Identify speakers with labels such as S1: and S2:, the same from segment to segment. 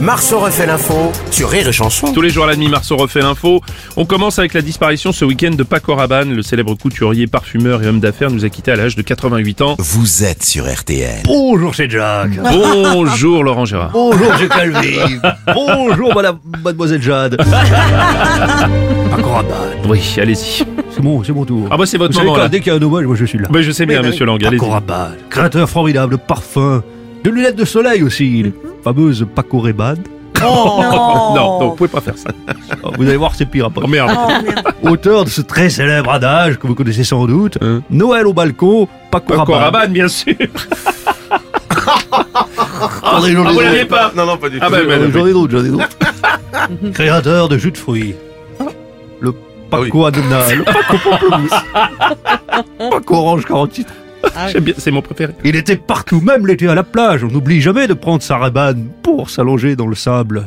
S1: Marceau refait l'info sur Rire et Chanson.
S2: Tous les jours à la demi, Marceau refait l'info. On commence avec la disparition ce week-end de Paco Rabanne, le célèbre couturier, parfumeur et homme d'affaires, nous a quitté à l'âge de 88 ans.
S3: Vous êtes sur RTL.
S4: Bonjour, c'est Jacques.
S2: Bonjour Laurent Gérard.
S4: Bonjour, c'est Calvi. Bonjour, madame, mademoiselle Jade. Encore un bal.
S2: Oui, allez-y.
S4: C'est mon, c'est mon tour.
S2: Ah bah c'est votre
S4: Vous savez
S2: moment
S4: quoi,
S2: là.
S4: dès qu'il y a un hommage, moi je suis là.
S2: Bah, je sais bien, monsieur Lang, allez-y.
S4: Paco Rabanne, créateur formidable de parfums, de lunettes de soleil aussi, les fameuses Paco Rabanne.
S2: Non, non, vous pouvez pas faire ça. Ah.
S4: Oh, vous allez voir, c'est pire après.
S2: Oh merde.
S4: Auteur de ce très célèbre adage que vous connaissez sans doute,
S2: Hein.
S4: Noël au balcon, Paco,
S2: Paco
S4: Rabanne.
S2: Rabanne, bien sûr.
S4: Attendez,
S2: Ah, vous
S4: j'en ai d'autres.
S2: l'aviez pas Non, non, pas du tout. Ah bah, bah, bah,
S4: J'en ai d'autres, j'en ai d'autres. Créateur de jus de fruits. Ah Le Paco Adonal. Le Paco Pamplemousse. Paco Orange 46.
S2: j'aime bien, c'est mon préféré.
S4: Il était partout, même l'été à la plage. On n'oublie jamais de prendre sa rabane pour s'allonger dans le sable.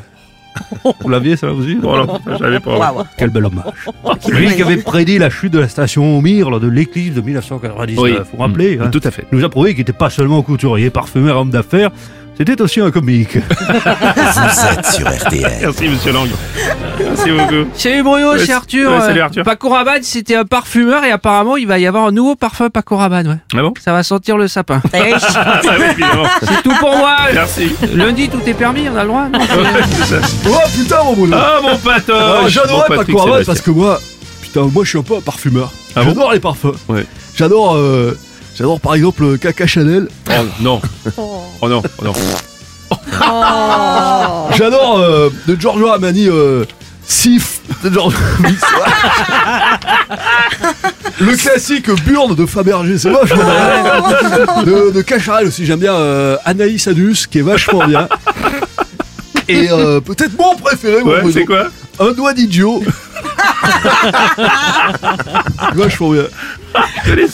S4: Vous l'aviez, ça, vous aussi
S2: Bon, alors, j'avais pas.
S4: Quel bel hommage. Lui qui avait prédit la chute de la station Omir lors de l'éclipse de 1999.
S2: Oui.
S4: Vous vous rappelez hein
S2: Tout à fait.
S4: Il nous a prouvé qu'il n'était pas seulement couturier, parfumeur, homme d'affaires, c'était aussi un comique.
S3: Vous êtes sur RTL.
S2: Merci monsieur Lang. Merci beaucoup.
S5: Salut Bruno,
S2: Ouais,
S5: c'est Arthur.
S2: ouais, salut
S5: Euh,
S2: Arthur.
S5: Paco Rabanne, c'était un parfumeur et apparemment il va y avoir un nouveau parfum Paco Rabanne. Ouais.
S2: Ah bon
S5: Ça va sentir le sapin.
S2: Ah bah oui, évidemment.
S5: c'est tout pour moi.
S2: Merci.
S5: Lundi, tout est permis, on a le droit. non
S4: oh putain, mon Bruno
S2: Ah mon patoche
S4: Ah,
S2: Bon,
S4: J'adorais
S2: Patrick
S4: Paco Rabanne
S2: Sébastien.
S4: parce que moi, putain, moi je suis un peu un parfumeur.
S2: Ah bon
S4: J'adore les parfums.
S2: Ouais.
S4: J'adore, euh, j'adore par exemple euh, Caca Chanel.
S2: Oh non. Oh non, oh non.
S4: J'adore euh, de Giorgio Armani. euh, Sif de Giorgio Armani. Le classique Burne de Fabergé, c'est moche. mais- De, de Cacharel aussi, j'aime bien euh, Anaïs Adus, qui est vachement bien. Et euh, peut-être mon préféré, mon
S2: Ouais,
S4: Bruno.
S2: c'est quoi
S4: Un doigt d'idiot. Vachement bien.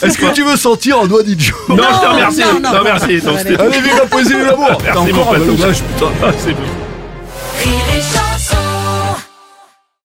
S4: Est-ce que tu veux sentir un doigt d'idiot
S2: Non, je te remercie. Non, merci. Non, c'était-
S4: Allez, vive la poésie de l'amour T'as
S2: Merci, mon
S4: encore un bel
S2: Patou.
S4: hommage, putain.
S2: Ah, c'est beau.